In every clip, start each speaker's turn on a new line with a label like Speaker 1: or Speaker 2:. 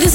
Speaker 1: this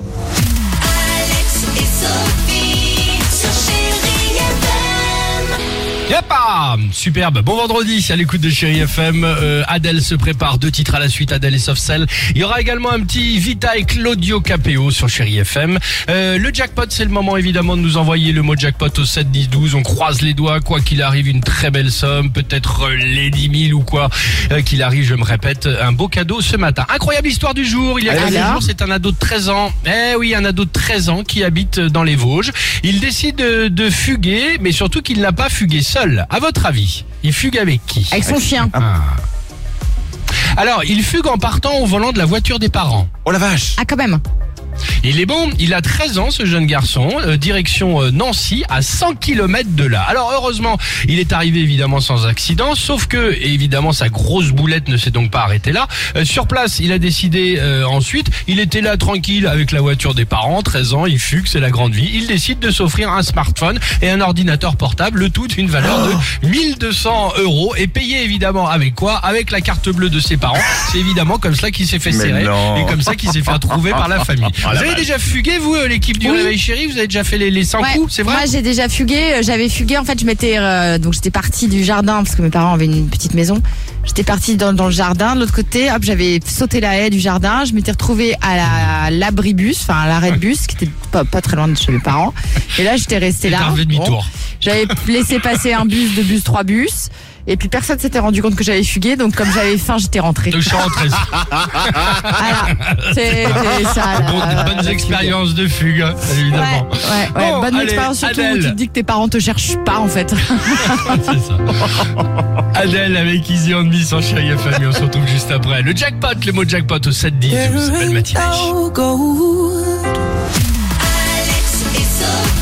Speaker 2: Alex et Sophie sur Chéri FM.
Speaker 3: Yep, ah, superbe. Bon vendredi à l'écoute de Chéri FM. Euh, Adèle se prépare deux titres à la suite. Adèle et Soft Cell. Il y aura également un petit Vita et Claudio Capéo sur Chéri FM. Euh, le jackpot, c'est le moment évidemment de nous envoyer le mot jackpot au 7 10 12. On croise les doigts, quoi qu'il arrive, une très belle somme, peut-être euh, les 10 000 ou quoi euh, qu'il arrive. Je me répète, un beau cadeau ce matin. Incroyable histoire du jour. Il y a quelques jours, c'est un ado de 13 ans. Eh oui, un ado de 13 ans qui habite euh, dans les Vosges. Il décide de, de fuguer, mais surtout qu'il n'a pas fugué seul. À votre avis, il fugue avec qui
Speaker 4: Avec son chien.
Speaker 3: Alors, il fugue en partant au volant de la voiture des parents.
Speaker 5: oh la vache
Speaker 4: Ah, quand même.
Speaker 3: Il est bon, il a 13 ans ce jeune garçon, euh, direction euh, Nancy à 100 km de là. Alors heureusement, il est arrivé évidemment sans accident, sauf que et évidemment sa grosse boulette ne s'est donc pas arrêtée là. Euh, sur place, il a décidé euh, ensuite, il était là tranquille avec la voiture des parents, 13 ans, il fugue, c'est la grande vie. Il décide de s'offrir un smartphone et un ordinateur portable, le tout d'une valeur de 1200 euros et payé évidemment avec quoi Avec la carte bleue de ses parents. C'est évidemment comme cela qu'il s'est fait
Speaker 5: Mais
Speaker 3: serrer
Speaker 5: non.
Speaker 3: et comme ça qu'il s'est fait trouver par la famille. vous avez déjà fugué, vous, euh, l'équipe du
Speaker 4: Oui.
Speaker 3: Réveil Chéri Vous avez déjà fait les, les 100
Speaker 4: Ouais.
Speaker 3: coups, c'est vrai
Speaker 4: Moi, j'ai déjà fugué. Euh, J'avais fugué. En fait, je m'étais euh, donc j'étais partie du jardin parce que mes parents avaient une petite maison. J'étais partie dans, dans le jardin. De l'autre côté, hop, j'avais sauté la haie du jardin. Je m'étais retrouvée à la- à l'abribus, enfin à l'arrêt de bus, qui était pas, pas très loin de chez mes parents. Et là, j'étais restée
Speaker 3: T'es
Speaker 4: là.
Speaker 3: un fait
Speaker 4: Bon.
Speaker 3: demi-tour.
Speaker 4: J'avais laissé passer un bus, deux bus, trois bus. Et puis personne s'était rendu compte que j'avais fugué, donc comme j'avais faim, j'étais rentrée.
Speaker 3: Donc, je suis rentré.
Speaker 4: Voilà, c'est c'est ça.
Speaker 3: Bon,
Speaker 4: là.
Speaker 3: des bonnes expériences de fugue, hein,
Speaker 4: Ouais,
Speaker 3: évidemment.
Speaker 4: ouais, ouais.
Speaker 3: Bon,
Speaker 4: bonne
Speaker 3: allez,
Speaker 4: expérience surtout où
Speaker 3: Adèle.
Speaker 4: tu te dis que tes parents te cherchent pas en fait.
Speaker 3: C'est ça. Adèle avec Easy on Me sans chérie FM et on se retrouve juste après. Le jackpot, le mot jackpot au 7-10, je vous appelle matinée.
Speaker 2: Alex et Sophie.